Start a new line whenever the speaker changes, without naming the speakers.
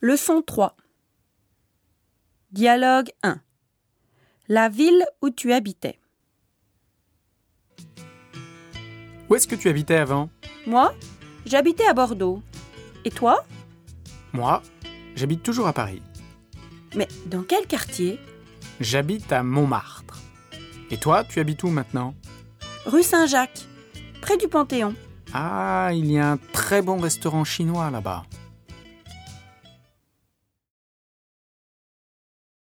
Leçon 3 Dialogue 1 La ville où tu habitais.
Où est-ce que tu habitais avant
Moi, j'habitais à Bordeaux. Et toi
Moi, j'habite toujours à Paris.
Mais dans quel quartier
J'habite à Montmartre. Et toi, tu habites où maintenant
Rue Saint-Jacques, près du Panthéon.
Ah, il y a un très bon restaurant chinois là-bas.